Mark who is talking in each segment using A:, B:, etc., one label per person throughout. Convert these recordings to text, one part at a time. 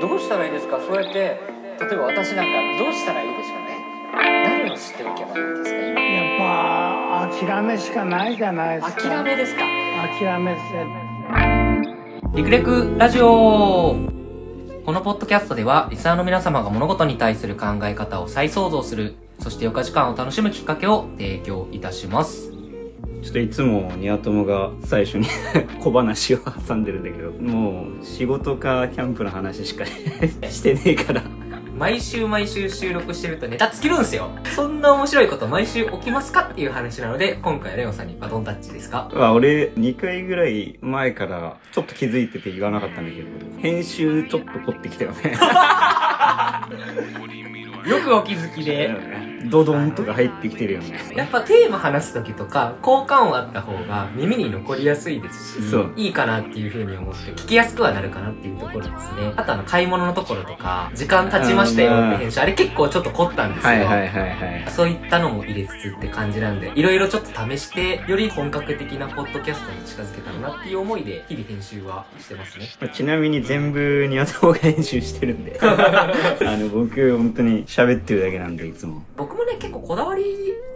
A: どうしたらいいですかそうやって例えば私なんかどうしたらいいでしょうね何を知っておけばいいんですか今
B: やっぱ諦めしかないじゃないですか
A: 諦めですか
B: 諦めせ
C: リクレクラジオこのポッドキャストでは、リスナーの皆様が物事に対する考え方を再創造する、そして余暇時間を楽しむきっかけを提供いたします。
D: ちょっといつもニワトモが最初に 小話を挟んでるんだけど、もう仕事かキャンプの話しかしてねえから。
C: 毎週毎週収録してるとネタ尽きるんですよ。そんな面白いこと毎週起きますかっていう話なので、今回はレオンさんにバトンタッチですか
D: まあ俺2回ぐらい前からちょっと気づいてて言わなかったんだけど、編集ちょっと凝ってきたよね。
C: よくお気づきで。
D: ドドンとか入ってきてるよね。
C: やっぱテーマ話す時とか、効果音あった方が耳に残りやすいですし、
D: そう
C: いいかなっていうふうに思って、聞きやすくはなるかなっていうところですね。あとあの、買い物のところとか、時間経ちましたよって編集、あれ結構ちょっと凝ったんですよ。
D: はいはいはいはい。
C: そういったのも入れつつって感じなんで、いろいろちょっと試して、より本格的なポッドキャストに近づけたらなっていう思いで、日々編集はしてますね。
D: まあちなみに全部ニワトモが編集してるん で。あの僕本当に喋ってるだけなんでいつも。
C: 僕もね、結構こだわり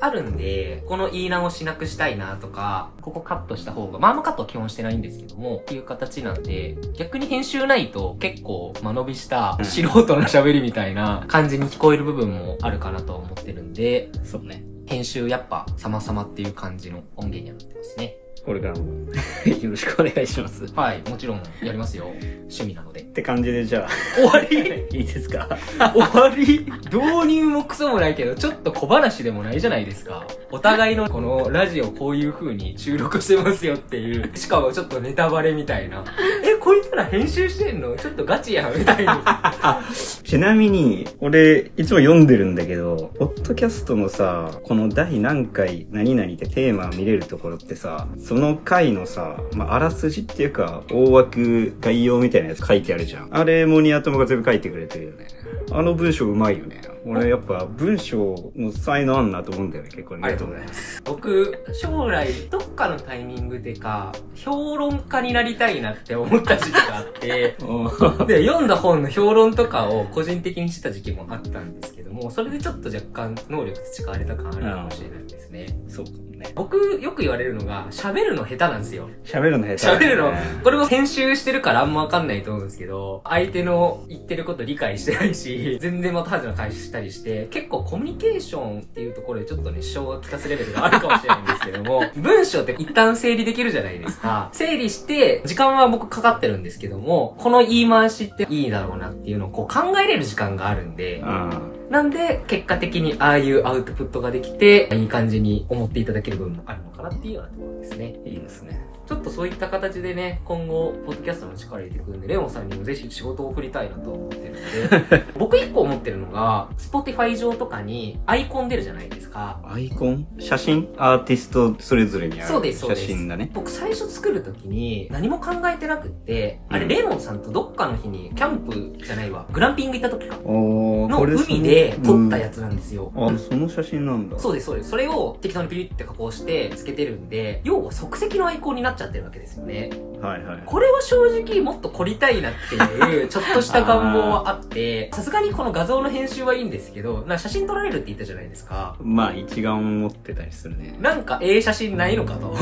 C: あるんで、この言い直しなくしたいなとか、ここカットした方が、まああんまカットは基本してないんですけども、っていう形なんで、逆に編集ないと結構間延びした
D: うん
C: 素人の喋りみたいな感じに聞こえる部分もあるかなとは思ってるんで、
D: そうね。
C: 編集やっぱ様々っていう感じの音源にはなってますね。
D: これからも よろしくお願いします。っ
C: はい、もちろんやりますよ。趣味なの で。
D: て感じでじゃ
C: 終
D: あ、
C: わり
D: いいですか
C: 終わり導入もクソもないけど、ちょっと小話でもないじゃないですか。お互いのこのラジオこういう風に収録してますよっていう。しかもちょっとネタバレみたいな。え、こいつら編集してんのちょっとガチやんみたいな。
D: ちなみに、俺、いつも読んでるんだけど、ポッドキャストのさ、この第何回何々ってテーマ見れるところってさ、その回のさ、まあ、あらすじっていうか、大枠、概要みたいなやつ書いてあるじゃん。あれもニアトモが全部書いてくれてるよね。あの文章うまいよね。俺やっぱ文章の才能あんなと思うんだよね、結構ね。
C: ありがとうございます。僕、将来どっかのタイミングでか、評論家になりたいなって思った時期があって、
D: うん
C: で、読んだ本の評論とかを個人的にしてた時期もあったんですけども、それでちょっと若干能力培われた感あるかもしれないですね。
D: そうかもね。
C: 僕、よく言われるのが、喋るの下手なんですよ。
D: 喋るの下手だね、
C: 喋るの、これを編集してるからあんまわかんないと思うんですけど、相手の言ってること理解してないし、全然また話の開始したりして、結構コミュニケーションっていうところでちょっとね、支障がきたすレベルがあるかもしれないんですけども、文章って一旦整理できるじゃないですか。整理して、時間は僕かかってるんですけども、この言い回しっていいだろうなっていうのをこう考えれる時間があるんで、
D: うん。
C: なんで、結果的にああいうアウトプットができて、いい感じに思っていただける部分もあるのかなっていうようなところですね。
D: いいですね。
C: ちょっとそういった形でね、今後、ポッドキャストの力入れてくるんで、レオンさんにもぜひ仕事を振りたいなとは思ってるの で、僕一個思ってるのが、Spotify 上とかにアイコン出るじゃないですか。
D: アイコン写真アーティストそれぞれにある
C: そうですそう
D: 写
C: です
D: 真だね。
C: 僕最初作るときに何も考えてなくって、あれ
D: うん
C: レオンさんとどっかの日にキャンプじゃないわ、グランピング行った時か、
D: おー
C: の
D: これ
C: 海で
D: その
C: 撮ったやつなんですよ。
D: うんあ、その写真なんだ。
C: そうです、そうです。それを適当にピリって加工してつけてるんで、要は即席のアイコンになっちゃってるわけですよね。
D: はいはい。
C: これは正直もっと凝りたいなっていう、ちょっとした願望はあって、さすがにこの画像の編集はいいんですけど、なんか写真撮られるって言ったじゃないですか。
D: まあ、一眼を持ってたりするね。
C: なんか、ええ写真ないのかと。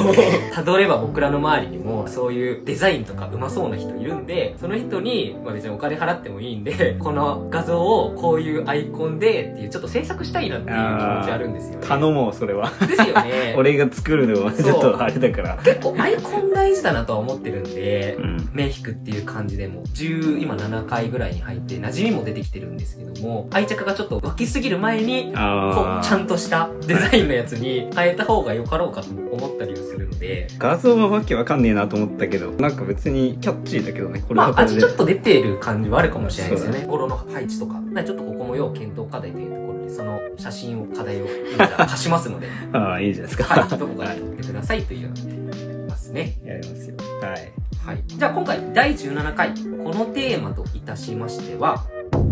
C: たどれば僕らの周りにも、そういうデザインとかうまそうな人いるんで、その人に、まあ別にお金払ってもいいんで、この画像をこういうアイコンでっていう、ちょっと制作したいなっていう気持ちあるんですよね。
D: 頼もう、それは。。
C: ですよね
D: 俺が作るのは
C: そう
D: ちょっとあれだから。
C: 結構アイコン大事だなとは思ってるんで
D: う、ん。
C: 目引くっていう感じでも10今7回ぐらいに入って馴染みも出てきてるんですけども愛着がちょっと湧きすぎる前にこ
D: あ
C: うちゃ
D: あ。
C: んとしたデザインのやつに変えた方がよかろうかと思ったりはするので
D: 画像はわけわかんねえなと思ったけど、なんか別にキャッチーだけどね、これ
C: ま
D: は
C: あ
D: これ
C: 味
D: で
C: ちょっと出てる感じはあるかもしれないですよ
D: そうだ
C: ね心の配置とかだからちょっとここも要検討課題というところでその写真を課題を今から貸します ので
D: ああ、いいじゃないです
C: はい
D: か。
C: どこから撮ってくださいというようになりますね
D: やりますよ。はい。
C: はい、じゃあ今回第17回このテーマといたしましては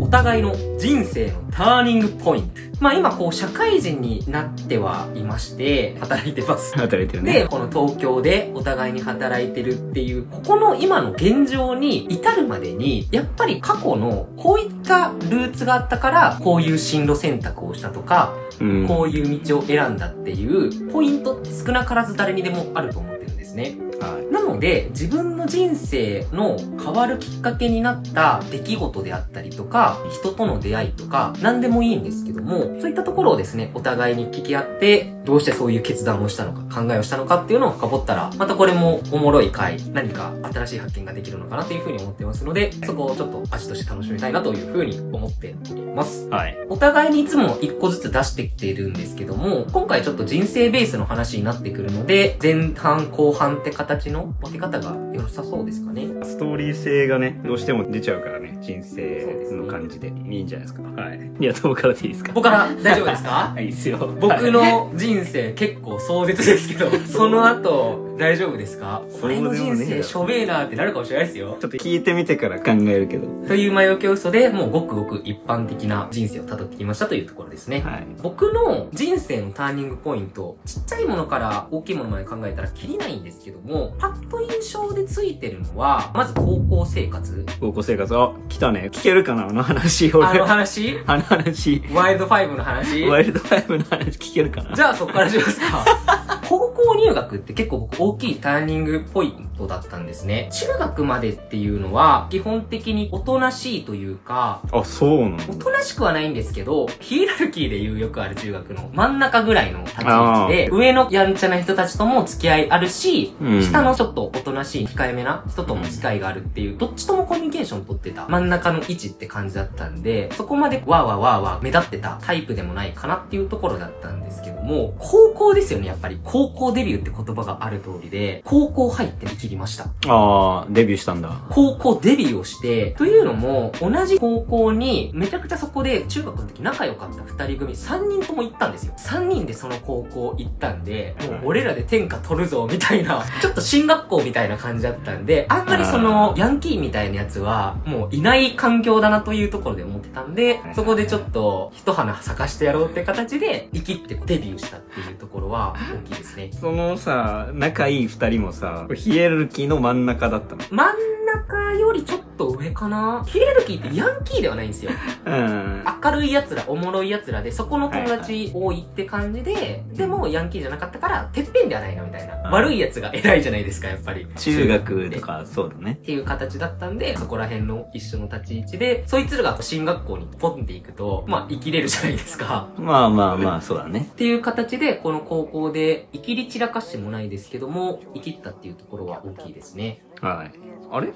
C: お互いの人生のターニングポイント。まあ今こう社会人になってはいまして、働いてます。
D: 働いてるね。
C: で、この東京でお互いに働いてるっていう、ここの今の現状に至るまでに、やっぱり過去のこういったルーツがあったから、こういう進路選択をしたとか、
D: うん。
C: こういう道を選んだっていうポイントって少なからず誰にでもあると思ってるんですね。
D: はい
C: なので、自分の人生の変わるきっかけになった出来事であったりとか、人との出会いとか、何でもいいんですけども、そういったところをですね、お互いに聞き合って、どうしてそういう決断をしたのか、考えをしたのかっていうのを深掘ったら、またこれもおもろい回、何か新しい発見ができるのかなというふうに思ってますので、そこをちょっと味として楽しみたいなというふうに思っております。
D: はい。
C: お互いにいつも一個ずつ出してきているんですけども、今回ちょっと人生ベースの話になってくるので、前半後半って形の分け方がよろしさそうですかね。
D: ストーリー性がね、どうしても出ちゃうからね、人生の感じで。いいんじゃないですか。はい。いや、どうからでいいですか
C: 僕から大丈夫ですか
D: い、いいですよ。
C: 僕の人生結構壮絶ですけど、 その後大丈夫ですか
D: そうで
C: 俺
D: もね
C: の人生しょべえなってなるかもしれないですよ
D: ち。ょっと聞いてみてから考えるけど。
C: という前置きを嘘で、もうごくごく一般的な人生を辿ってきましたというところですね。
D: はい。
C: 僕の人生のターニングポイント、ちっちゃいものから大きいものまで考えたらきりないんですけども、パッと印象でついてるのは、まず高校生活。
D: 高校生活、あ、来たね。聞けるかなあの話、
C: あ
D: 俺。
C: の話
D: あの話。
C: ワイルドファイブの話
D: ワイルドファイブの話聞けるかな
C: じゃあそこからしますか。 高校入学って結構僕大きいターニングポイントだったんですね。中学までっていうのは、基本的におとなしいというか、
D: あ、そうなの
C: おとなしくはないんですけど、ヒエラルキーでいうよくある中学の真ん中ぐらいの立ち位置で、上のやんちゃな人たちとも付き合いあるし、
D: うん
C: 下のちょっとおとなしい控えめな人とも付き合いがあるっていう、どっちともコミュニケーション取ってた真ん中の位置って感じだったんで、そこまでわーわーわーわー目立ってたタイプでもないかなっていうところだったんですけども、高校ですよね、やっぱり。高校デビューって言葉がある通りで、高校入って見切りました。
D: あー、デビューしたんだ。
C: 高校デビューをして、というのも、同じ高校に、めちゃくちゃそこで、中学の時仲良かった二人組、三人とも行ったんですよ。三人でその高校行ったんで、もう俺らで天下取るぞ、みたいな、 ちょっと進学校みたいな感じだったんで、あんまりその、ヤンキーみたいなやつは、もういない環境だなというところで思ってたんで、そこでちょっと、一花咲かしてやろうって形で、生きってデビューしたっていうところは、大きいですね。
D: そのさ、仲いい二人もさ、ヒエラルキーの真ん中だったの。
C: 真ん中よりちょっと上かなヒエラルキーってヤンキーではないんですよ。
D: うん。
C: 明るい奴ら、おもろい奴らで、そこの友達多いって感じで、でもヤンキーじゃなかったから、てっぺんではないなみたいな。
D: うん
C: 悪い奴が偉いじゃないですか、やっぱり。
D: 中学
C: で
D: とか、そうだね
C: っ。ていう形だったんで、そこら辺の一緒の立ち位置で、そいつらが進学校にポンっていくと、まあ生きれるじゃないですか。
D: まあまあまあ、そうだね。
C: っていう形で、この高校で、生きり散らかしてもないですけども、生きったっていうところは大きいですね。
D: はい。あれ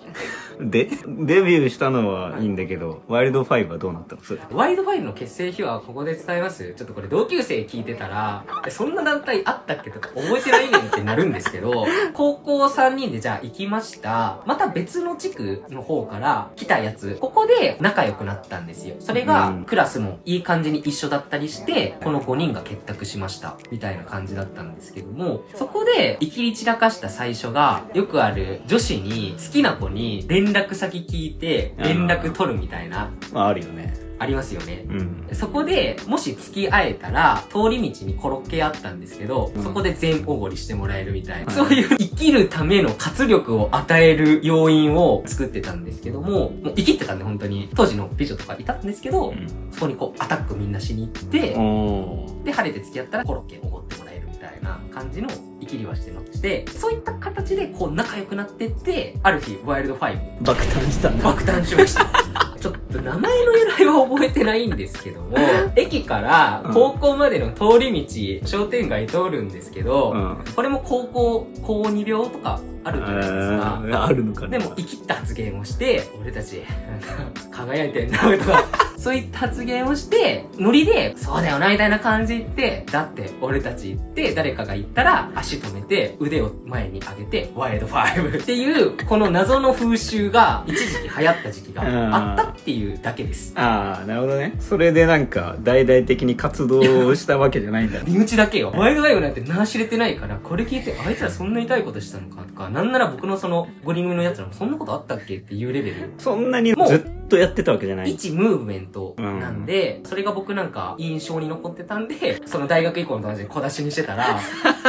D: で、デビューしたのはいいんだけど、ワイルドファイブはどうなったのそれ
C: ワイドファイルの結成秘話はここで伝えますちょっとこれ同級生聞いてたら、えそんな団体あったっけとか覚えてないねんってなるんですけど、 高校3人でじゃあ行きました。また別の地区の方から来たやつ、ここで仲良くなったんですよ。それ
D: う
C: が
D: ん
C: クラスもいい感じに一緒だったりして、この5人が結託しました。みたいな感じだったんですけども、そこで生きり散らかした最初が、よくある女子に好きな子に連絡先聞いて連絡取るみたいな、
D: まあ、あるよね。
C: ありますよね。
D: うん。
C: そこで、もし付き合えたら、通り道にコロッケあったんですけど、
D: うん
C: そこで全おごりしてもらえるみたいな、
D: はい
C: そういう生きるための活力を与える要因を作ってたんですけども、もう生きってたんで本当に、当時の美女とかいたんですけど、そこにこうアタックみんなしに行って、
D: おー
C: で、晴れて付き合ったらコロッケおごってもらえるみたいな感じの生きりはしてまして、そういった形でこう仲良くなってって、ある日、ワイルドファイブ
D: 爆誕したんだ。
C: 爆誕しました。ちょっと名前の由来は覚えてないんですけども、駅から高校までの通り道、商店街通るんですけど、
D: うん。
C: これも高校、高2秒とかあるじゃないですか。
D: あるのか
C: で
D: な
C: も、生きった発言をして、俺たち、なんか輝いてんな、と か、そういった発言をして、ノリで、そうだよな、みたいな感じで言って、だって、俺たち行って、誰かが言ったら、足止めて、腕を前に上げて、ワイルドファイブっていう、この謎の風習が、一時期流行った時期があったっていうだけです。
D: ああ、なるほどね。それでなんか、大々的に活動をしたわけじゃないんだ。
C: 身内だけよ。ワイルドファイブなんて名知れてないから、これ聞いて、あいつらそんな痛いことしたのかとか、なんなら僕のその5人組のやつらもそんなことあったっけっていうレベル。
D: そんなに
C: もう
D: ずっとやってたわけじゃない。
C: 一ムーブメントなんで、それが僕なんか印象に残ってたんで、 その大学以降の友達に小出しにしてたら、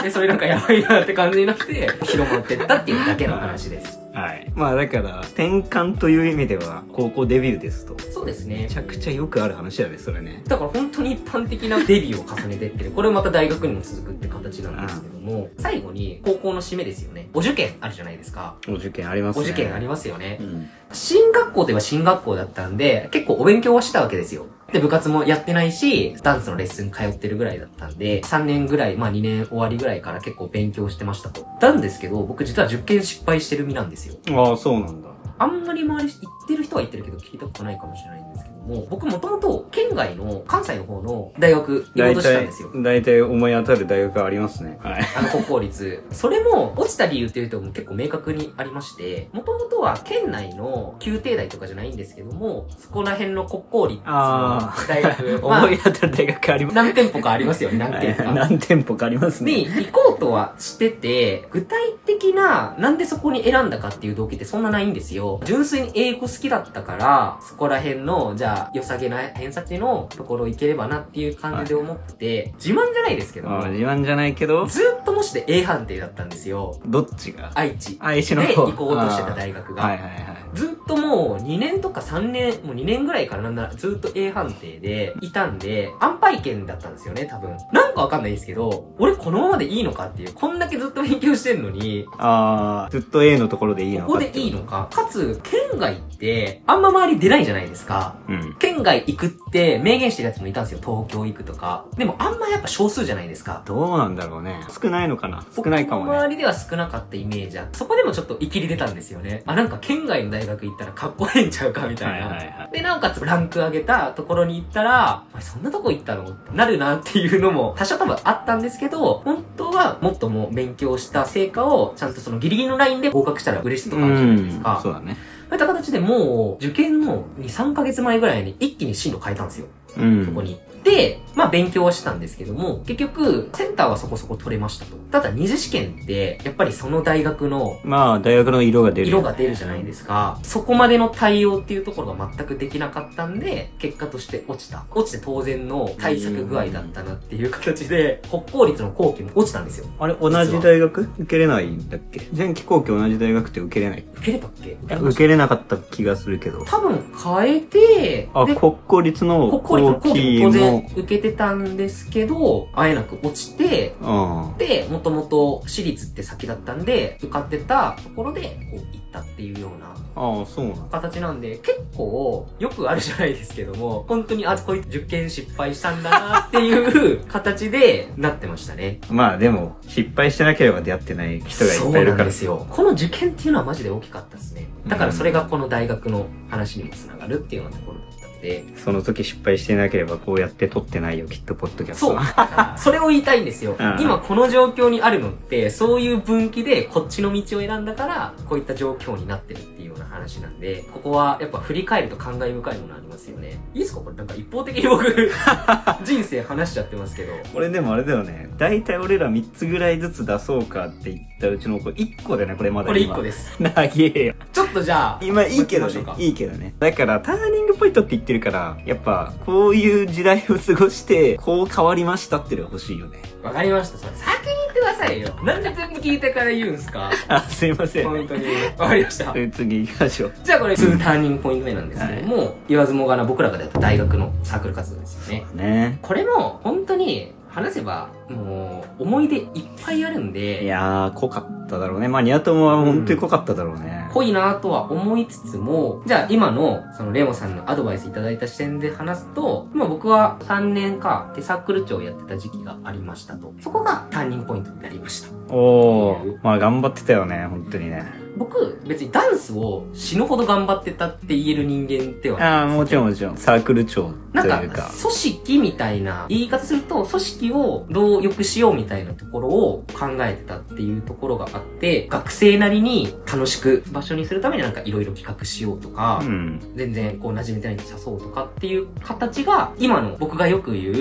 C: で、それなんかやばいなって感じになって、広まってったっていうだけの話です。
D: はい。まあだから、転換という意味では、高校デビューですと。
C: そうですね
D: め。ちゃくちゃよくある話だね、それね。
C: だから本当に一般的なデビューを重ねてってる。これまた大学にも続くって形なんですけども、最後に高校の締めですよね。お受験あるじゃないですか。
D: お受験あります
C: お
D: ね。
C: 受験あり
D: ま
C: ますよね
D: す。。うん。
C: 進学校といえば進学校だったんで、結構お勉強はしたわけですよ。で、部活もやってないし、ダンスのレッスン通ってるぐらいだったんで、3年ぐらい、まあ2年終わりぐらいから結構勉強してましたと。なんですけど、僕実は受験失敗してる身なんですよ。
D: ああ、そうなんだ。
C: あんまり周り行ってる人は行ってるけど聞いたことないかもしれないんですけども、僕もともと県外の関西の方の大学に
D: 大
C: 戻したん
D: 体
C: ですよ。、
D: 大体思い当たる大学ありますね。はい。
C: あの国公立。それも落ちた理由っていうとも結構明確にありまして、もともとは県内の宮廷大とかじゃないんですけども、そこら辺の国公立の
D: あ
C: 大 学、ま
D: 思
C: あ
D: い、当たる大学あります。
C: 何店舗かありますよね、何店舗か。
D: 何店舗かありますね。
C: に行こうとはしてて、具体的な、なんでそこに選んだかっていう動機ってそんなないんですよ。純粋に英語好きだったから、そこら辺の、じゃあ、良さげな偏差値のところ行ければなっていう感じで思ってて、自慢じゃないですけど
D: ま
C: も
D: あ、、自慢じゃないけど、
C: ずっともして A 判定だったんですよ。
D: どっちが
C: 愛知。
D: 愛知の
C: で
D: 方
C: 行こうとしてた大学
D: あーはい
C: が。
D: はいはい。
C: ずっともう2年とか3年、もう2年ぐらいからなんならずっと A 判定でいたんで、安牌圏だったんですよね、多分。なんかわかんないですけど、俺このままでいいのかっていう、こんだけずっと勉強してんのに、
D: ああ、ずっと A のところでいいのか
C: ここでいいのか。かつ、県外って、あんま周り出ないじゃないですか。
D: うん。
C: 県外行くって明言してるやつもいたんですよ、東京行くとか。でもあんまやっぱ少数じゃないですか。
D: どうなんだろうね。少ないのかな少ないかも
C: 僕の
D: ね。
C: 周りでは少なかったイメージあってそこでもちょっといきり出たんですよね。あ、なんか県外の大学行ったらかっこええんちゃうかみた
D: はいい
C: な。
D: はいはい。
C: で、なおかつランク上げたところに行ったら、お前そんなとこ行ったのなるなっていうのも多少多分あったんですけど、本当はもっともう勉強した成果をちゃんとそのギリギリのラインで合格したら嬉しいとかあるじゃないです
D: そ
C: か。
D: うだね。
C: そういった形でもう受験の2、3ヶ月前ぐらいに一気に進路変えたんですよ。
D: うん。
C: そこに行って、まあ勉強はしたんですけども、結局、センターはそこそこ取れましたと。ただ二次試験って、やっぱりその大学の
D: まあ、大学の色が出る。
C: 色が出るじゃないですか。そこまでの対応っていうところが全くできなかったんで、結果として落ちた。落ちて当然の対策具合だったなっていう形で、国公立の後期も落ちたんですよ。
D: あれ、同じ大学受けれないんだっけ前期後期同じ大学って受けれない。
C: 受けれたっけ受けれま
D: 受
C: した
D: けれなかった気がするけど。
C: 多分変えて、
D: あ、
C: で
D: 国公立の
C: 国公立の
D: 後
C: 後
D: 期
C: 期も当然
D: も。
C: 受けてたんですけど、あえなく落ちて、
D: うん。
C: で、もともと私立って先だったんで、受かってたところで、こう、行ったっていうような
D: ああ、そうなんだ。
C: 形なんで、結構、よくあるじゃないですけども、本当に、あ、こいつ受験失敗したんだなっていう 形で、なってましたね。
D: まあでも、失敗してなければ出会ってない人がいっぱいい
C: そうな
D: る
C: ん
D: か
C: で
D: ら。
C: すよ。この受験っていうのはマジで大きかったですね。だからそれがこの大学の話にもつながるっていうようなところだったので、
D: その時失敗してなければこうやって撮ってないよ、きっと、ポッドキャスト
C: そう。
D: は。
C: だからそれを言いたいんですよ
D: うん。
C: 今この状況にあるのって、そういう分岐でこっちの道を選んだから、こういった状況になってるっていうような話なんで、ここはやっぱ振り返ると感慨深いものありますよね。いいですかこれなんか一方的に僕、 人生話しちゃってますけど。
D: 俺でもあれだよね。大体俺ら3つぐらいずつ出そうかって言ったうちのこれ1個だよね、これまだ
C: これ一個です。
D: 今。なげえよ。
C: ちょっとじゃあ、
D: 今いいけど
C: これ行きましょ
D: ね
C: うか。
D: いいけどね。だからターニングポイントって言ってるから、やっぱこういう時代を過ごして、こう変わりましたっていうのが欲しいよね。
C: わかりました。それ先に言ってくださいよ。なんで全部聞いてから言うんすか
D: あ、すいません。
C: 本当に。わかりました。
D: 次行きましょう。
C: じゃあこれ、2ターニングポイント目なんですけども、言わずもがな僕らが出会った大学のサークル活動ですよね。
D: ね。
C: これも本当に話せばもう思い出いっぱいあるん
D: い
C: で
D: やー、濃かっただろうね。まあ、ニア友は本当に濃かっただろうね。
C: 濃いなとは思いつつもじゃあ今のそのレモさんのアドバイスいただいた視点で話すと今僕は3年かでサークル長をやってた時期がありましたとそこがターニングポイントになりました
D: おー。まあ、頑張ってたよね、本当にね。
C: 僕、別にダンスを死ぬほど頑張ってたって言える人間ではない。
D: ああ、もちろんもちろん。サークル長と
C: なんか
D: いうか、。
C: 組織みたいな、言い方すると、組織をどう良くしようみたいなところを考えてたっていうところがあって、学生なりに楽しく場所にするためになんかいろいろ企画しようとか、
D: うん。
C: 全然こう馴染みたい人に誘うとかっていう形が、今の僕がよく言う、
D: う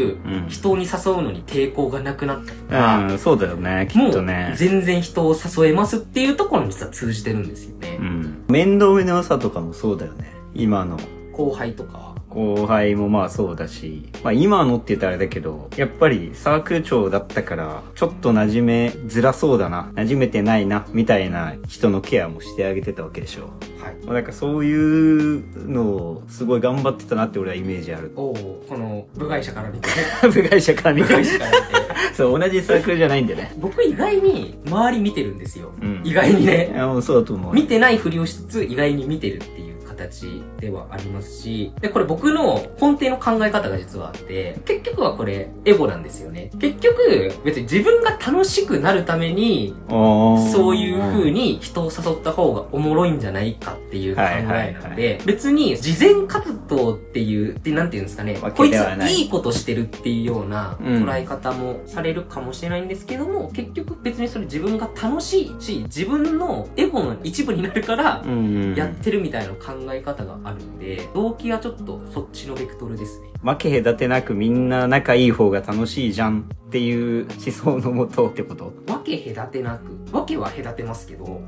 D: ん。
C: 人に誘うのに抵抗がなくなったとか、
D: うん、そうだよね、き
C: も
D: っと
C: う
D: ね。
C: 全然人を誘えますっていうところに実は通じてるんですよね
D: う。ん。面倒見の良さとかもそうだよね。今の。
C: 後輩とか。
D: 後輩もまあそうだし、まあ今のって言ったらあれだけど、やっぱりサークル長だったから、ちょっと馴染めづらそうだな、馴染めてないな、みたいな人のケアもしてあげてたわけでしょ。
C: はい。
D: まあなんかそういうのをすごい頑張ってたなって俺はイメージある。
C: おおこの、部外者から見て。
D: 部外者から見
C: 部
D: た
C: 外
D: い。
C: 者から見て。
D: そう、同じサークルじゃないんでね。
C: 僕意外に周り見てるんですよ。
D: うん
C: 意外に
D: い
C: ね。
D: や、もうそうだと思う。
C: 見てないふりをしつつ意外に見てるっていう形ではありますし、で、これ僕の根底の考え方が実はあって、結局はこれエゴなんですよね。結局、別に自分が楽しくなるために、
D: そ
C: そういう風に人を誘った方がおもろいんじゃないかっていう考えなの
D: はいはい
C: で、別に事前活動っていう、でなんていうんですかね、
D: わ
C: こい
D: け
C: つ
D: ではない
C: いいことしてるっていうような
D: うん
C: 捉え方もされるかもしれないんですけども、結局別にそれ自分が楽しいし、自分のエゴの一部になるから
D: う、ん、
C: やってるみたいな考え方があるんで、動機はちょっとそっちのベクトルですね。
D: 負け隔てなくみんな仲いい方が楽しいじゃんっていう思想のもとってこと
C: わけ隔てなく、わけは隔てますけど、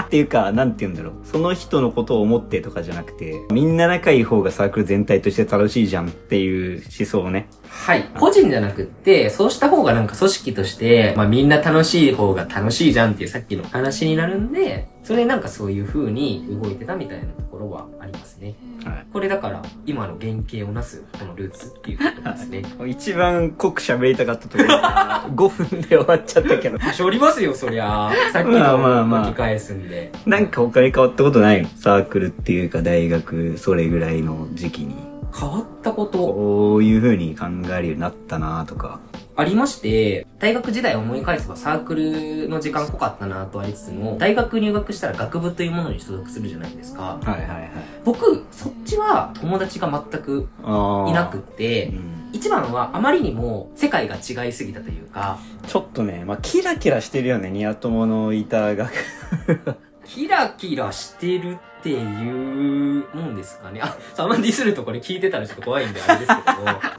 D: っていうか、なんて言うんだろう。その人のことを思ってとかじゃなくて、みんな仲いい方がサークル全体として楽しいじゃんっていう思想ね。
C: はい。個人じゃなくって、そうした方がなんか組織として、まあみんな楽しい方が楽しいじゃんっていうさっきの話になるんで、それでなんかそういう風に動いてたみたいなところはありますね。
D: はい
C: これだから、今の原型をなす、このルーツっていうことです ね。
D: 一番濃く喋りたかったところだ な5分で終わっちゃったけど。
C: しょりますよ、そりゃ。さっき
D: まあ
C: の
D: まあまあ
C: 巻き返すんで。
D: なんか他に変わったことないのサークルっていうか大学、それぐらいの時期に。
C: 変わったこと
D: こういう風に考えるようになったなとか。
C: ありまして、大学時代思い返せばサークルの時間濃かったなとありつつも、大学入学したら学部というものに所属するじゃないですか。
D: はいはいはい。
C: 僕そっちは友達が全く
D: あー
C: いなくっ
D: う
C: て
D: ん
C: 一番はあまりにも世界が違いすぎたというか
D: ちょっとね、まあ、キラキラしてるよね、ニア友のいた学
C: キラキラしてるっていうもんですかねあそうあんまディスるとこれ聞いてたらちょっと怖いんであれですけ ど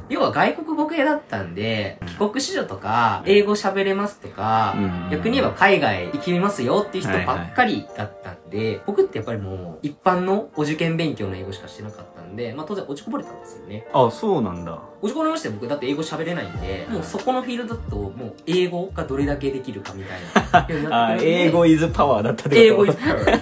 C: 要は外国語系だったんで帰国子女とか英語喋れますとか、
D: うん
C: 逆に言えば海外行きますよっていう人ばっかりだったんで、僕ってやっぱりもう一般のお受験勉強の英語しかしてなかったんで、まあ当然落ちこぼれたんですよね。
D: あ、そうなんだ。
C: 落ち込みましたよ僕だって英語喋れないんでもうそこのフィールドだともう英語がどれだけできるかみたいなようになっ、
D: あ
C: てくるんで
D: 英語イズパワーだったってこと
C: 英語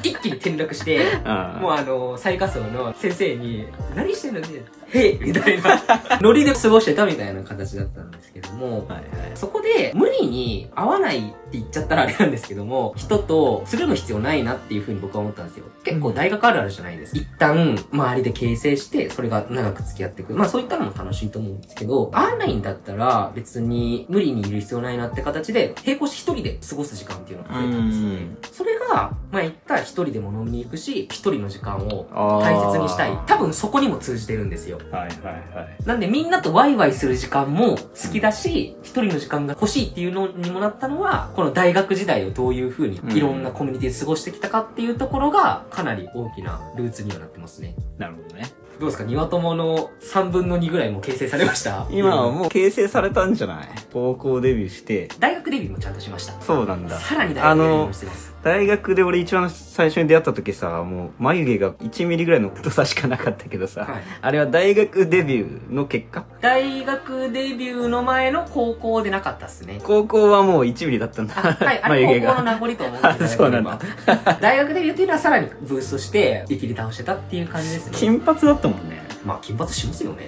C: 一気に転落して
D: あ
C: もうあの最下層の先生に「何してんの?」って「へい」みたいなノリで過ごしてたみたいな形だったんですけども
D: うはいはい。
C: そこで無理に合わないって言っちゃったらあれなんですけども人とつるむ必要ないなっていうふうに僕は思ったんですよ結構大学あるあるじゃないです一旦周りで形成してそれが長く付き合っていくまあそういったのも楽しいと思うんですけど合わないんだったら別に無理にいる必要ないなって形で並行して一人で過ごす時間っていうのが増えたんですよ
D: う
C: ね
D: ん
C: それがまあ言ったら一人でも飲みに行くし一人の時間を
D: あー
C: 大切にしたい多分そこにも通じてるんですよ
D: はいはいはい。
C: なんでみんなとワイワイする時間も好きだし、一人の時間が欲しいっていうのにもなったのは、この大学時代をどういう風に
D: うん
C: いろんなコミュニティで過ごしてきたかっていうところが、かなり大きなルーツにはなってますね。
D: なるほどね。
C: どうですか庭友の3分の2ぐらいもう形成されました
D: 今はもう形成されたんじゃない高校デビューして。
C: 大学デビューもちゃんとしました。
D: そうなんだ。
C: さらに大学デ
D: あ
C: ビュー
D: の
C: も、してます。
D: 大学で俺一番最初に出会った時さ、もう眉毛が1ミリぐらいの太さしかなかったけどさ、
C: はい
D: あれは大学デビューの結果
C: 大学デビューの前の高校でなかったっすね。
D: 高校はもう1ミリだったんだ。
C: はい、あれ
D: 眉
C: 高
D: 毛
C: 校の
D: が。
C: 名残と思っていただければ
D: そうなんだ
C: 大学デビューっていうのはさらにブーストして、見切り倒してたっていう感じですね。
D: 金髪だったもんね。
C: まあ金髪しますよね。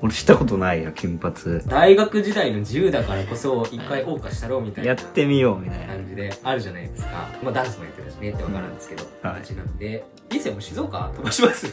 D: 俺したことないよ、金髪。
C: 大学時代の自由だからこそ、一回謳歌したろうみたい
D: や
C: な
D: っ。てみよう、みたいな。
C: 感じであるじゃないですか。まあダンスもやってたしねってわかるんですけど、
D: はい
C: 感じなんで。人生も静岡飛ばします。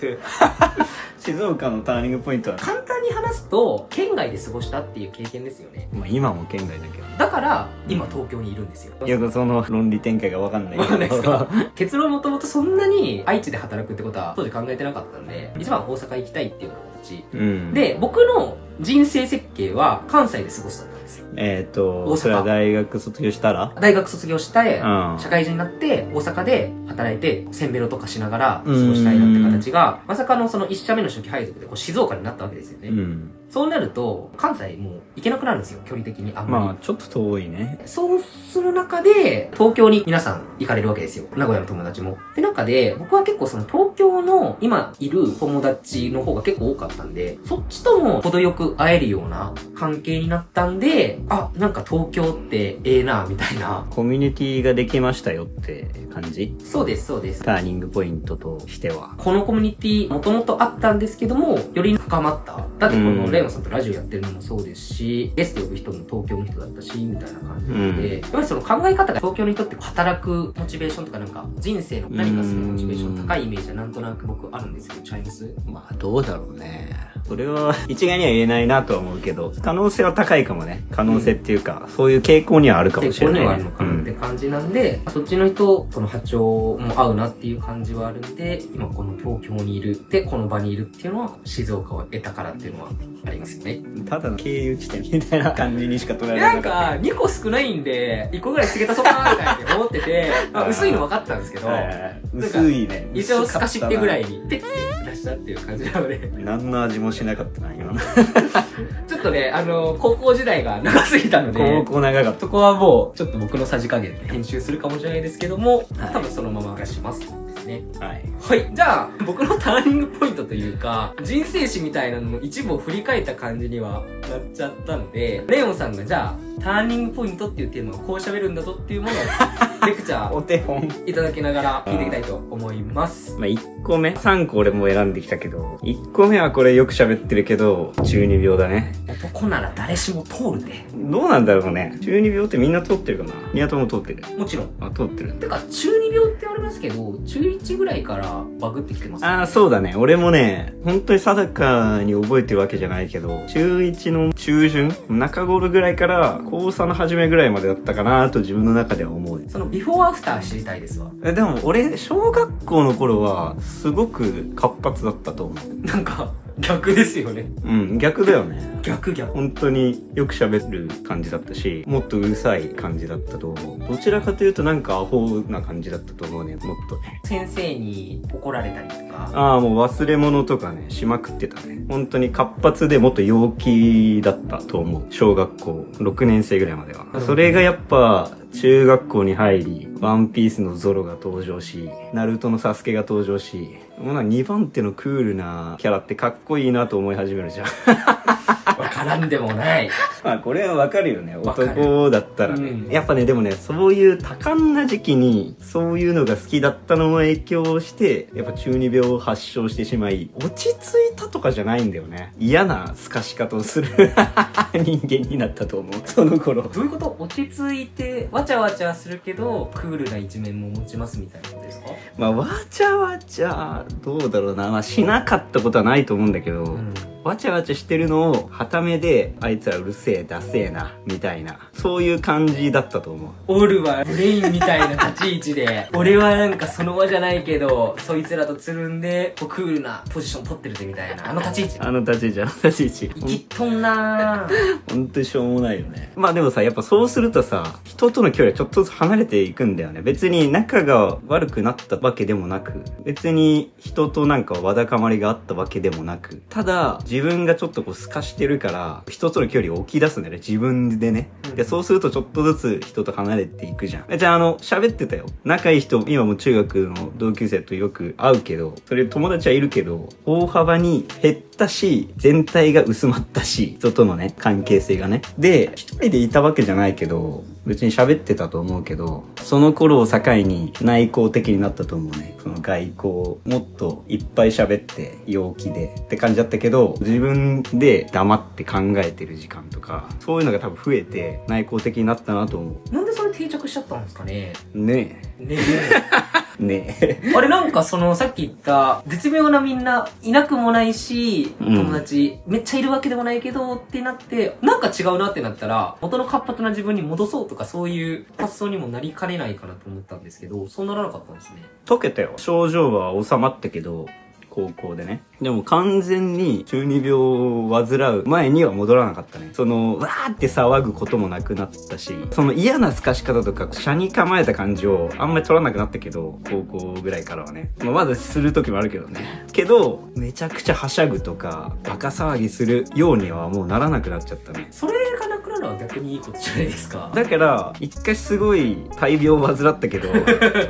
D: 静岡のターニングポイントは、
C: 簡単に話すと、県外で過ごしたっていう経験ですよね。
D: まあ今も県外だけど。
C: だから、今東京にいるんですよ。
D: よくその論理展開がわかんない
C: わかんな
D: け
C: いです
D: ど
C: か。 結論もともとそんなに愛知で働くってことは当時考えてなかったんで、一番大阪行きたいっていうような形。
D: うん。、
C: で、僕の人生設計は関西で過ごすだったんですよ。
D: えっ、
C: 大阪
D: と、それは大学卒業したら
C: 大学卒業して、
D: うん
C: 社会人になって、大阪で働いて、せんべろとかしながら過ごしたいなって形が、まさかのその1社目の初期配属でこう静岡になったわけですよね。
D: うん。
C: そうなると、関西もう行けなくなるんですよ、距離的にあんまり。
D: まあちょっと遠いね。
C: そうする中で、東京に皆さん行かれるわけですよ。名古屋の友達も。って中で、僕は結構その東京の今いる友達の方が結構多かったんで、そっちとも程よく会えるような関係になったんで、あ、なんか東京ってええな、みたいな。
D: コミュニティができましたよって感じ
C: そうです、そうです。
D: ターニングポイントとしては。
C: このコミュニティ、もともとあったんですけども、より深まった。だってこ
D: う
C: の
D: ん
C: レイマさんとラジオやってるのもそうですし、ゲスト呼ぶ人も東京の人だったし、みたいな感じ
D: うん
C: で、やっぱりその考え方が東京の人って働くモチベーションとかなんか、人生の何かするモチベーション高いイメージはなんとなく僕あるんですけど、チャイムス
D: まあどうだろうね。それは一概には言えないなとは思うけど、可能性は高いかもね。可能性っていうか、そういう傾向にはあるかもしれない、ね。
C: はあるのかなって感じなんで、そっちの人との波長も合うなっていう感じはあるんで、今この東京にいる、で、この場にいるっていうのは、静岡を得たからっていうのはありますよね。
D: うんただの経由地点みたいな感じにしか捉えられ
C: な
D: なんかった。
C: か、2個少ないんで、1個ぐらいつけたそっかなみたいに思って て、あ薄いの分かったんですけど、
D: はい
C: なんか
D: 薄いね。
C: 一応透
D: 薄か
C: か
D: っ
C: した
D: な
C: ってぐらいに、ペッて出したっていう感じなので、
D: 何の味もしなかったな、今の。
C: ちょっとね、あの、高校時代が長すぎたの
D: 高
C: で、
D: 校長かった。
C: そこはもう、ちょっと僕のさじ加減で編集するかもしれないですけども、多分そのままがしますですね。
D: はい。
C: はい。じゃあ、僕のターニングポイントというか、人生史みたいなのの一部を振り返った感じにはなっちゃったので、レオンさんがじゃあ、ターニングポイントっていうテーマをこう喋るんだぞっていうものを、レクチャー
D: お手本。
C: いただきながら聞いていきたいと思います。
D: まあ、1個目。3個俺も選んできたけど、1個目はこれよく喋ってるけど、12秒だね。
C: 男なら誰しも通るで。
D: どうなんだろうね。12秒ってみんな通ってるかなニアトも通ってる。
C: もちろん。
D: あ、通ってる。
C: てか、中二病って言われますけど、中1ぐらいからバグってきてます。
D: ああ、そうだね。俺もね、本当に定かに覚えてるわけじゃないけど、中1の中旬、中頃ぐらいから、高3の初めぐらいまでだったかなと自分の中では思う。
C: そのビフォーアフター知りたいですわ。
D: えでも俺、小学校の頃は、すごく活発だったと思う。
C: なんか、逆ですよね。
D: うん、逆だよね。
C: 逆逆。
D: 本当によく喋る感じだったし、もっとうるさい感じだったと思う。どちらかというとなんかアホな感じだったと思うね、もっとね。
C: 先生に怒られたりとか、
D: ああ、もう忘れ物とかね、しまくってたね。本当に活発でもっと陽気だったと思う。小学校6年生ぐらいまでは
C: ほ。ど
D: それがやっぱ、中学校に入り、ワンピースのゾロが登場し、ナルトのサスケが登場し、もうなんか2番手のクールなキャラってかっこいいなと思い始めるじゃん。
C: わからんでもない。
D: まあこれはわかるよね
C: わかる
D: 男だったらね、
C: うん
D: やっぱねでもねそういう多感な時期にそういうのが好きだったのも影響してやっぱ中二病を発症してしまい落ち着いたとかじゃないんだよね嫌な透かし方をする 人間になったと思うその頃
C: どういうこと落ち着いて、わちゃわちゃするけど、クールな一面も持ちますみたいなことですか
D: まあわちゃわちゃどうだろうな、まあ、しなかったことはないと思うんだけど、
C: うん。
D: わちゃわちゃしてるのを、はためで、あいつらうるせえ、ダセえな、みたいな、そういう感じだったと思う。
C: オルはブレインみたいな立ち位置で、俺はなんかその輪じゃないけど、そいつらとつるんで、こうクールなポジション取ってるぜみたいな、あの立ち位置。
D: あの立ち位置、あの立ち位置。
C: 生きっとんなぁ。
D: 本当にしょうもないよね。まあでもさ、やっぱそうするとさ、人との距離はちょっとずつ離れていくんだよね。別に仲が悪くなったわけでもなく、別に人となんかわだかまりがあったわけでもなく、ただ自分がちょっとこう透かしてるから、人との距離を置き出すんだよね。自分でね。で、そうするとちょっとずつ人と離れていくじゃん。えじゃああの、喋ってたよ。仲いい人、今も中学の同級生とよく会うけど、それ友達はいるけど、大幅に減ったし、全体が薄まったし、人とのね、関係性がね。で、一人でいたわけじゃないけど、別に喋ってたと思うけど、その頃を境に内向的になったと思うね。その外交、もっといっぱい喋って、陽気でって感じだったけど、自分で黙って考えてる時間とか、そういうのが多分増えて内向的になったなと思
C: なんでそれ定着しちゃったんですか ね
D: う。ね
C: ね
D: え。ねえ。
C: え。あれなんかそのさっき言った絶妙なみんないなくもないし、
D: うん
C: 友達めっちゃいるわけでもないけどってなって、なんか違うなってなったら元の活発な自分に戻そうとかそういう発想にもなりかねないかなと思ったんですけど、そうならなかったんですね。
D: 溶けたよ。症状は収まったけど、高校でね。でも完全に中二病を患う前には戻らなかったね。その、わーって騒ぐこともなくなったし、その嫌な透かし方とか、車に構えた感じをあんまり取らなくなったけど、高校ぐらいからはね。まあ、まだする時もあるけどね。けど、めちゃくちゃはしゃぐとか、バカ騒ぎするようにはもうならなくなっちゃったね。
C: それがなくなるのは逆にいいことじゃないですか。
D: だから、一回すごい大病を患った けど、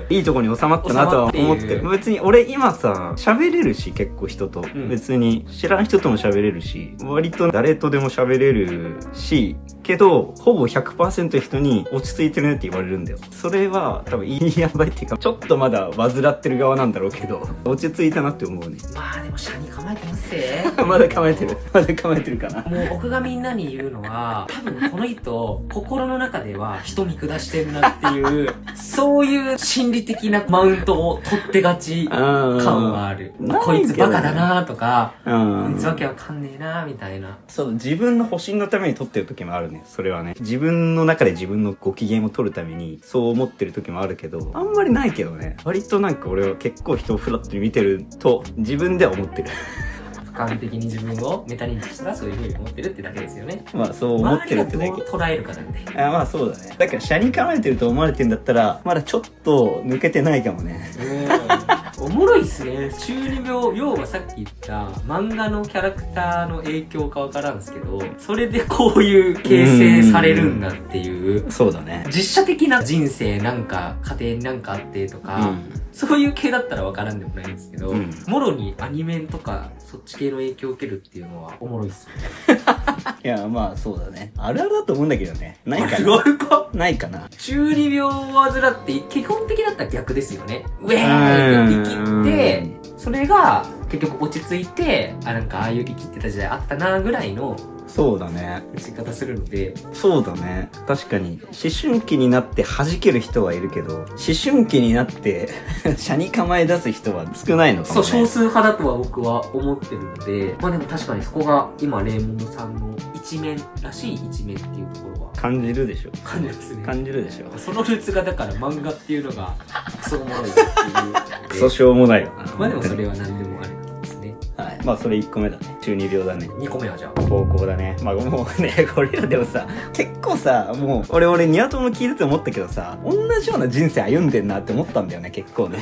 D: いいとこに収まったなとは思って
C: 収まっ
D: る
C: てい。
D: 別に俺今さ、喋れるし結構人と。
C: ん
D: 別に知らん人とも喋れるし、割と誰とでも喋れるし、けど、ほぼ100%人に落ち着いてるねって言われるんだよ。それは多分いいやばいっていうか、ちょっとまだ患ってる側なんだろうけど、落ち着いたなって思うね。
C: まあでも車に構えてますぜ。
D: まだ構えてる。まだ構えてるか
C: も
D: な。
C: う僕がみんなに言うのは、多分この人、心の中では人見下してるなっていう、そういう心理的なマウントを取ってがち
D: あー
C: 感はある。
D: ないけど
C: こ
D: ね
C: いつバカだなとか、
D: うん
C: こいつわけわかんねえなみたいな。
D: そう、自分の保身のために撮ってる時もあるね。それはね。自分の中で自分のご機嫌を取るために、そう思ってる時もあるけど、あんまりないけどね。割となんか俺は結構人をフラットに見てると、自分では思ってる。
C: 俯瞰的に自分をメタ認知したらそういう風に思ってるってだけですよね。
D: まあそう思ってるって
C: 周
D: だ
C: り
D: け
C: が。どう捉えるかなんで。
D: あまあそうだね。だから、車に構えてると思われてんだったら、まだちょっと抜けてないかもね。
C: おもろいっすね中二病要はさっき言った漫画のキャラクターの影響かわからんすけどそれでこういう形成されるんだっていう
D: そうだね。
C: 実写的な人生なんか家庭になんかあってと
D: う
C: か、
D: ん。
C: そういう系だったらわからんでもないんですけど、
D: うん
C: もろにアニメとかそっち系の影響を受けるっていうのはおもろいっすね
D: いや、まあそうだね。あるあるだと思うんだけどね。ないか
C: あ
D: な。
C: るか
D: ないかな。
C: 中二病を患って基本的だったら逆ですよねウェーイって生きて
D: うん
C: それが結局落ち着いてあなんかああいう生きてた時代あったなぐらいの
D: そうだね。
C: 打ち方するので
D: そうだね。確かに。思春期になって弾ける人はいるけど、思春期になって、 車に構え出す人は少ないのかも
C: そう
D: ね。
C: 少数派だとは僕は思ってるのでまあでも確かにそこが今レモンさんの一面らしい一面っていうところは
D: 感じるでしょ。
C: 感じますね
D: 感じるでしょ。
C: そのルーツがだから漫画っていうのがクソおもろいっていう
D: クソしょうもないよな。
C: まあでもそれは何でもありなんですね
D: はい。まあそれ1個目だね。中二病だね。
C: 2個目はじゃあ
D: 高校だね。まあもうね、 これらでもさ、結構さ、もう、俺俺ニワトも聞いてて思ったけどさ、同じような人生歩んでんなって思ったんだよね、結構ね。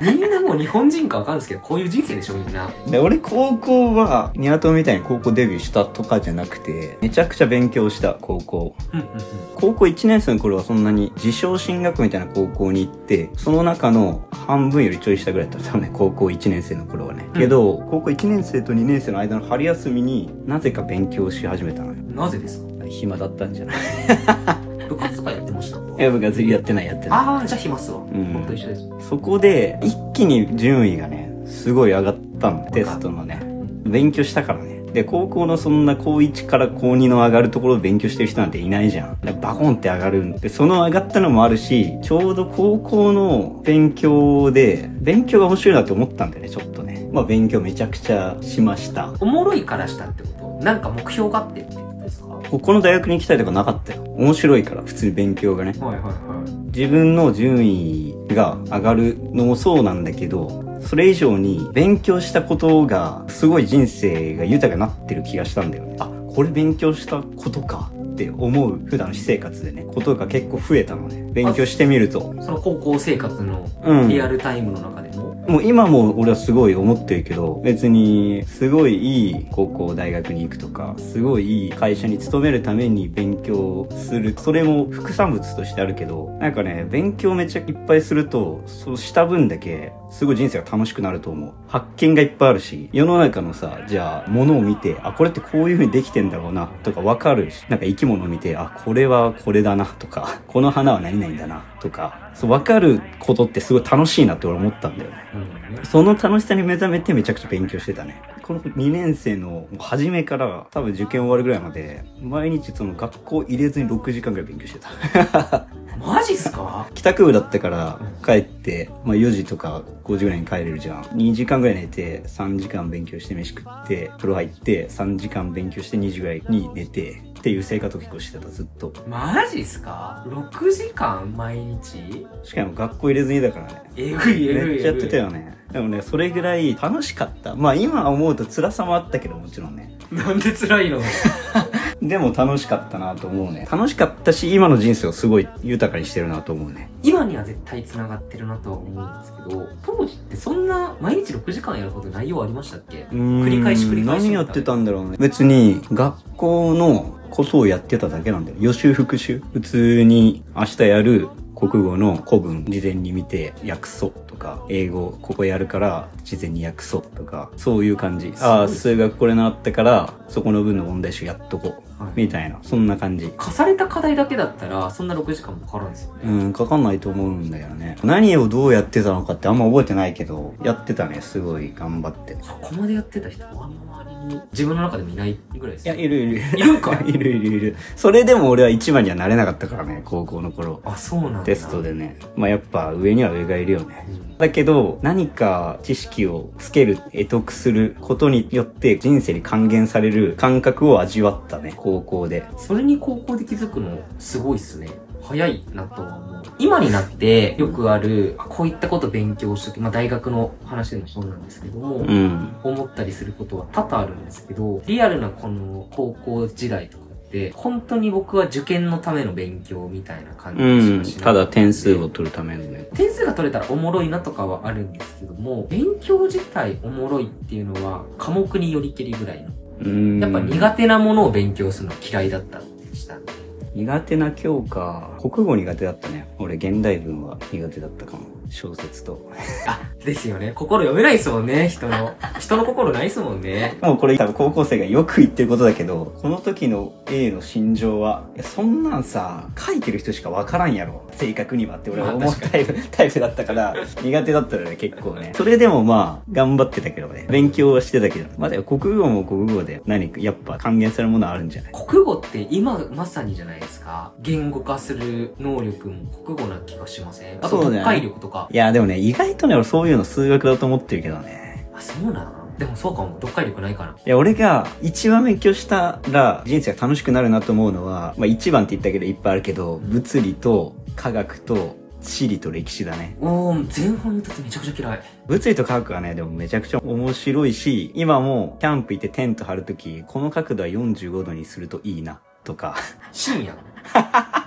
C: みんなもう日本人かわかるんですけど、こういう人生でしょ、みんな。
D: で俺高校はニワトみたいに高校デビューしたとかじゃなくてめちゃくちゃ勉強した高校
C: うんうんうん。
D: 高校1年生の頃はそんなに自称進学みたいな高校に行ってその中の半分よりちょい下ぐらいだった多分ね高校1年生の頃はね、けど高校1年生と2年生の間の春休みになぜか勉強し始めたのよ
C: なぜですか
D: 暇だったんじゃない
C: 部活とかやってました
D: いや部活やってないやってない
C: ああ、じゃあ暇っすわ。
D: ん
C: 僕と一緒です。
D: そこで一気に順位がねすごい上がったのテストのね勉強したからねで高校のそんな高1から高2の上がるところを勉強してる人なんていないじゃんでバコンって上がるんでその上がったのもあるしちょうど高校の勉強で勉強が面白いなって思ったんだよねちょっとねまあ勉強めちゃくちゃしました
C: おもろいからしたってことなんか目標があってってことですかはい
D: ここの大学に行きたいとかなかったよ面白いから普通に勉強がね
C: はいは
D: 自分の順位が上がるのもそうなんだけど、それ以上に勉強したことがすごい人生が豊かになってる気がしたんだよね。あ、これ勉強したことかって思う普段私生活でね、ことが結構増えたのね。勉強してみると。
C: い。その高校生活の
D: うん。
C: リアルタイムの中でも、
D: もう今も俺はすごい思ってるけど、別にすごいいい高校大学に行くとか、すごいいい会社に勤めるために勉強する。それも副産物としてあるけど、なんかね、勉強めっちゃいっぱいすると、そうした分だけすごい人生が楽しくなると思う。発見がいっぱいあるし、世の中のさ、じゃあ、ものを見て、あ、これってこういう風にできてんだろうな、とかわかるし、なんか生き物を見て、あ、これはこれだな、とか、この花は何々だな、とか、そう、わかることってすごい楽しいなって俺思ったんだよね。
C: うんね
D: その楽しさに目覚めてめちゃくちゃ勉強してたね。この2年生の初めから多分受験終わるぐらいまで毎日その学校入れずに6時間ぐらい勉強してた。
C: マジっすか
D: 帰宅部だったから帰って、まあ、4時とか5時ぐらいに帰れるじゃん2時間ぐらい寝て3時間勉強して飯食って風呂入って3時間勉強して2時ぐらいに寝てっていう生活を結構してたずっと
C: マジっすか ?6 時間毎日
D: しかも学校入れずにだからね
C: えぐいえぐいえぐい。
D: めっちゃやってたよねでもねそれぐらい楽しかったまあ今思うと辛さもあったけどもちろんね
C: なんで辛いの
D: でも楽しかったなと思うね楽しかったし今の人生をすごい豊かにしてるなと思うね
C: 今には絶対繋がってるなとは思うんですけど、当時ってそんな毎日6時間やるほど内容ありましたっけ繰
D: 繰
C: り返し繰り返し
D: 何やってたんだろうね別に学校のことをやってただけなんだよ予習復習普通に明日やる国語の古文事前に見て訳そうとか英語ここやるから事前に訳そうとかそういう感じああ数学これ習ったからそこの分の問題集やっとこう
C: はい
D: みたいなそんな感じ
C: 課された課題だけだったら、そんな6時間もかからんですよね。
D: うん、かかんないと思うんだよね。何をどうやってたのかってあんま覚えてないけど、やってたね、すごい頑張って。い
C: そこまでやってた人はあんまりに自分の中でもいないぐらいです
D: や、
C: よ
D: いるい るいる。
C: いるんか
D: いるいるいる。それでも俺は一番にはなれなかったからね、高校の頃。
C: あ、そうなんだ。
D: テストでね。まあやっぱ上には上がいるよね
C: う。ん。
D: だけど、何か知識をつける、得得することによって人生に還元される感覚を味わったね、高校で。
C: それに高校で気づくのすごいっすね。早いなとは思う。今になってよくある、あこういったこと勉強しとき、まあ大学の話でもそうなんですけども、
D: うん。
C: 思ったりすることは多々あるんですけど、リアルなこの高校時代とかって、本当に僕は受験のための勉強みたいな感じ
D: う
C: しか
D: ん。
C: しなくて
D: ただ点数を取るためのね。
C: 点数が取れたらおもろいなとかはあるんですけども、勉強自体おもろいっていうのは科目によりけりぐらいの。
D: うん。
C: やっぱ苦手なものを勉強するの嫌いだったりしたんで。
D: 苦手な教科、国語苦手だったね。俺、現代文は苦手だったかも。小説と。
C: ですよね。心読めないですもんね、人の。人の心ないですもんね。
D: もうこれ多分高校生がよく言ってることだけど、この時の A の心情は、いやそんなんさ、書いてる人しかわからんやろ。正確にはって俺は思うタイプ、タイプだったから、苦手だったのね、結構ね。それでもまあ、頑張ってたけどね。勉強はしてたけど。まあでも国語も国語で何か、やっぱ還元するものはあるんじゃない
C: 国語って今まさにじゃないですか。言語化する能力も国語な気がしません。あと、
D: そうね
C: 読解力とか。
D: いや、でもね、意外とね、俺そういうの数学だと思ってるけどね。
C: あ、そうなのでもそうかも。読解力ないかな。
D: いや、俺が一番勉強したら人生が楽しくなるなと思うのは、まあ一番って言ったけどいっぱいあるけど、物理と科学と地理と歴史だね。
C: おー、前半の2つめちゃくちゃ嫌い。
D: 物理と科学はね、でもめちゃくちゃ面白いし、今もキャンプ行ってテント張るとき、この角度は45度にするといいな、とか。
C: 深夜。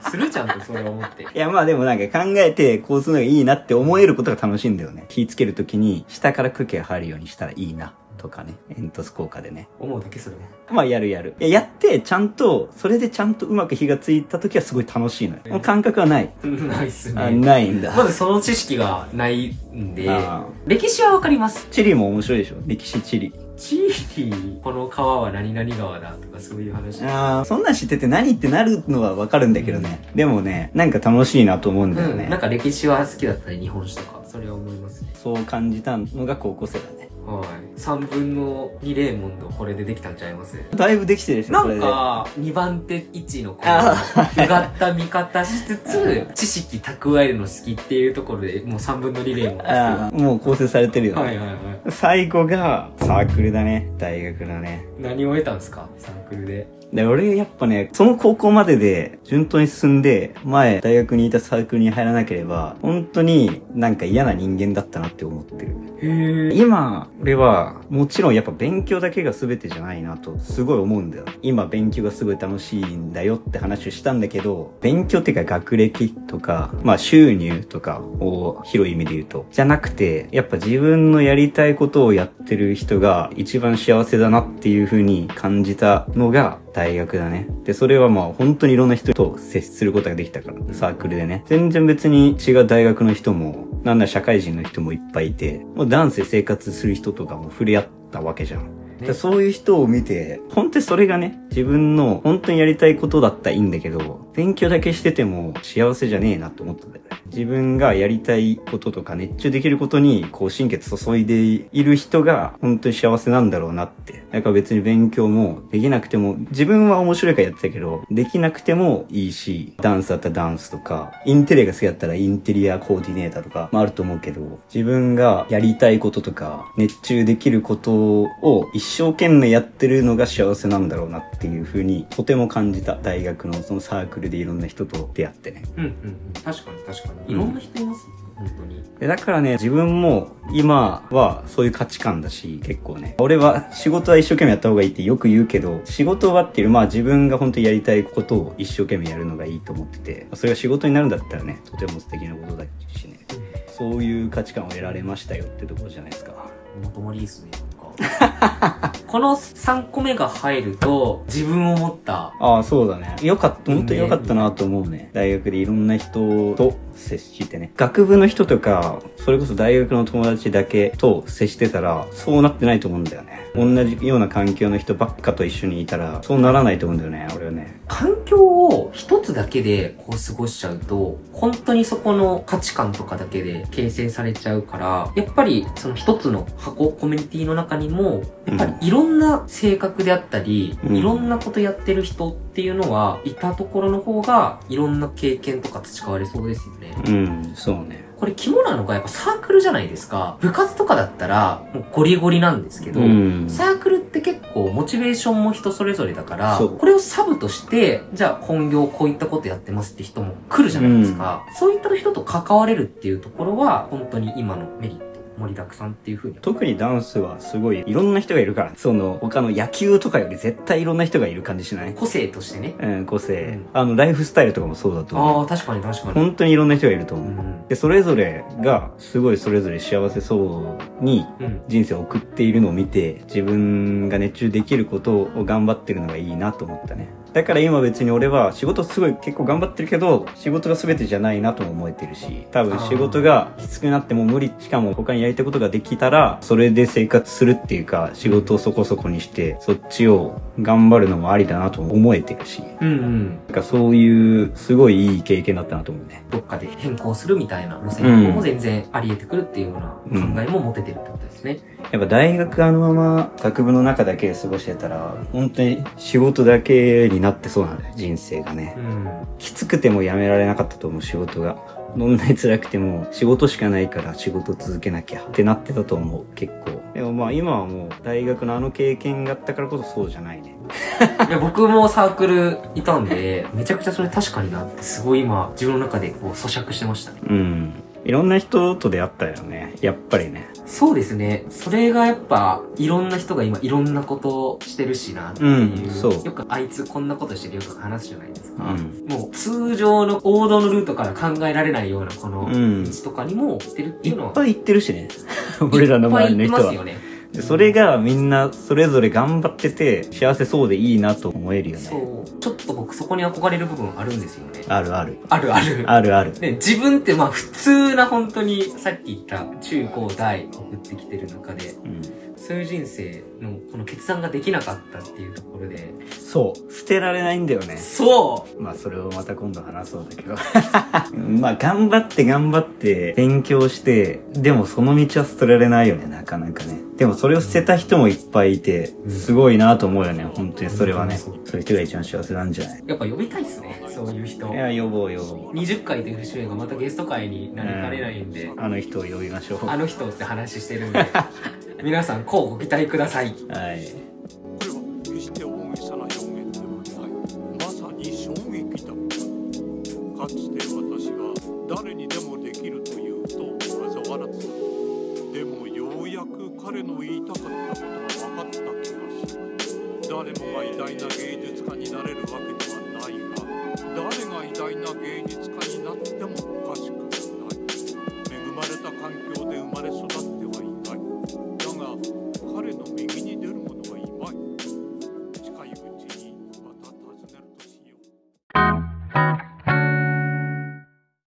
C: するちゃんとそれを思って。
D: いや、まあでもなんか考えてこうするのがいいなって思えることが楽しいんだよね。火つけるときに下から空気が入るようにしたらいいな、とかね。煙突効果でね。
C: 思うだけそれも。
D: まあやるやる。いややって、ちゃんと、それでちゃんとうまく火がついた時はすごい楽しいのよ。もう感覚はない。
C: ないっす
D: あ
C: ね。
D: ないんだ。
C: まずその知識がないんで
D: あ、
C: 歴史はわかります。
D: チリも面白いでしょ歴史チリ。
C: 地理、この川は何々川だとかそういう話。
D: ああ、そんなん知ってて何ってなるのはわかるんだけどね。でもね、なんか楽しいなと思うんだよ
C: うん、なん
D: ね。
C: か歴史は好きだったり、日本史とか、それは思いますね。
D: そう感じたのが高校生だね。
C: はい。3分の2レーモンド、これでできたんちゃいます
D: だいぶできてるでしょ
C: な
D: それ
C: ん
D: で。
C: か、2番手1のこ
D: あ
C: の、うがった見方しつつ、知識蓄えるの好きっていうところで、もう3分の2レーモンドですよ。
D: ああ、もう構成されてるよね。
C: はいはいはい。
D: 最後がサークルだね。大学だね。
C: 何を得たんですかサークルで。
D: で、俺やっぱね、その高校までで順当に進んで、前大学にいたサークルに入らなければ、本当になんか嫌な人間だったなって思ってる。
C: へえ。
D: 今、俺は、もちろんやっぱ勉強だけが全てじゃないなと、すごい思うんだよ。今勉強がすごい楽しいんだよって話をしたんだけど、勉強っていうか学歴とか、まあ収入とかを広い意味で言うと、じゃなくて、やっぱ自分のやりたいことをやってる人が一番幸せだなっていう風に感じたのが大学だね。で、それはまあ本当にいろんな人と接することができたから、サークルでね。全然別に違う大学の人も、なんなら社会人の人もいっぱいいて、もうダンスで生活する人とかも触れ合ったわけじゃん。だからそういう人を見て、本当にそれがね、自分の本当にやりたいことだったらいいんだけど、勉強だけしてても幸せじゃねえなと思ったんだよね。自分がやりたいこととか熱中できることに、こう心血注いでいる人が本当に幸せなんだろうなって。だから別に勉強もできなくても、自分は面白いからやってたけど、できなくてもいいし、ダンスだったらダンスとか、インテリアが好きだったらインテリアコーディネーターとか、まああると思うけど、自分がやりたいこととか、熱中できることを一生懸命やってるのが幸せなんだろうなっていう風に、とても感じた。大学のそのサークルでいろんな人と出会ってね。
C: うんうんうん。確かに確かに。いろんな人いますね、本当に。
D: でだからね、自分も今はそういう価値観だし、結構ね、俺は仕事は一生懸命やった方がいいってよく言うけど、仕事はっていうよりまあ自分が本当にやりたいことを一生懸命やるのがいいと思ってて、それが仕事になるんだったらね、とても素敵なことだしね、そういう価値観を得られましたよってところじゃないですか。
C: まとまりいいですね、なん か。この3個目が入ると、自分を持った。
D: ああ、そうだね。よかった、本当によかったなと思うね。大学でいろんな人と接してね。学部の人とか、それこそ大学の友達だけと接してたら、そうなってないと思うんだよね。同じような環境の人ばっかと一緒にいたら、そうならないと思うんだよね、俺はね。
C: 環境を一つだけでこう過ごしちゃうと、本当にそこの価値観とかだけで形成されちゃうから、やっぱりその一つの箱、コミュニティの中にも、やっぱりいろんな性格であったり、
D: うん
C: いろんなことやってる人っていうのは、いたところの方が、いろんな経験とか培われそうですよね。
D: うん、そうね。
C: これ肝なのがやっぱサークルじゃないですか。部活とかだったら、もうゴリゴリなんですけど、
D: うん。
C: サークルって結構モチベーションも人それぞれだから、
D: そう
C: これをサブとして、じゃあ本業こういったことやってますって人も来るじゃないですか。そういった人と関われるっていうところは、本当に今のメリット、盛りだくさんっていうふうに。
D: 特にダンスはすごいいろんな人がいるから、その他の野球とかより絶対いろんな人がいる感じしない
C: 個性としてね。
D: うん、個
C: う
D: 性
C: ん。
D: あの、ライフスタイルとかもそうだと思う。
C: ああ、確かに確かに。
D: 本当にいろんな人がいると
C: う
D: 思う。
C: ん。
D: で、それぞれが、すごいそれぞれ幸せそうに
C: うん。
D: 人生を送っているのを見て、自分が熱中できることを頑張ってるのがいいなと思ったね。だから今別に俺は仕事すごい結構頑張ってるけど、仕事が全てじゃないなとも思えてるし、多分仕事がきつくなっても無理、しかも他にやりたいことができたら、それで生活するっていうか、仕事をそこそこにして、そっちを頑張るのもありだなとも思えてるし、
C: うんうん。
D: なんかそういうすごいいい経験だったなと思うね。
C: どっかで変更するみたいな路線も全然あり得てくるっていうような考えも持ててるってことですね。
D: やっぱ大学あのまま学部の中だけで過ごしてたら、本当に仕事だけになってそうなんだよ、人生がね
C: う。ん。
D: きつくてもやめられなかったと思う、仕事が。どんなに辛くても仕事しかないから仕事続けなきゃってなってたと思う、結構。でもまあ今はもう大学のあの経験があったからこそそうじゃないね。
C: いや、僕もサークルいたんで、めちゃくちゃそれ確かになって、すごい今、自分の中でこう咀嚼してましたね。
D: うん。いろんな人と出会ったよね、やっぱりね。
C: そうですね。それがやっぱ、いろんな人が今、いろんなことをしてるしなっていう。
D: うんそう
C: よくあいつこんなことしてるよとか話すじゃないです
D: う
C: か。
D: ん。
C: もう、通常の王道のルートから考えられないようなこの、
D: う
C: 道
D: ん。
C: とかにもしてるってい
D: いっ
C: うのは、
D: ぱい行って るしね。俺らの周りの人
C: いっぱ
D: はい
C: 言。ってますよね。
D: でそれがみんなそれぞれ頑張ってて幸せそうでいいなと思えるよね。
C: そう。ちょっと僕そこに憧れる部分あるんですよね。
D: あるある。
C: あるある。
D: あるある。
C: ね、自分ってまあ普通な本当にさっき言った中高大送ってきてる中で、
D: うん、
C: そういう人生のこの決断ができなかったっていうところで、
D: そう。捨てられないんだよね。
C: そ
D: まあそれをまた今度話そうだけ ど。まあ頑張って頑張って勉強して、でもその道は捨てられないよね、なかなかね。でもそれを捨てた人もいっぱいいて、すごいなと思うよね、本当にそれはね。そういう人が一番幸せなんじゃないう
C: やっぱ呼びたいっすね、そういう人。
D: いや、予防予防。
C: 20回という節目がまたゲスト会になりかねないんで、
D: あの人を呼びましょう。
C: あ
D: は
C: の人って話してるん で、皆さんこうご期待ください。
D: い。
E: これは決して大げさな表現ではないまさに衝撃だかつて私は誰にでもできるというと嘲笑っていたでもようやく彼の言いたかったことが分かった気がする誰もが偉大な芸術家になれるわけではないが誰が偉大な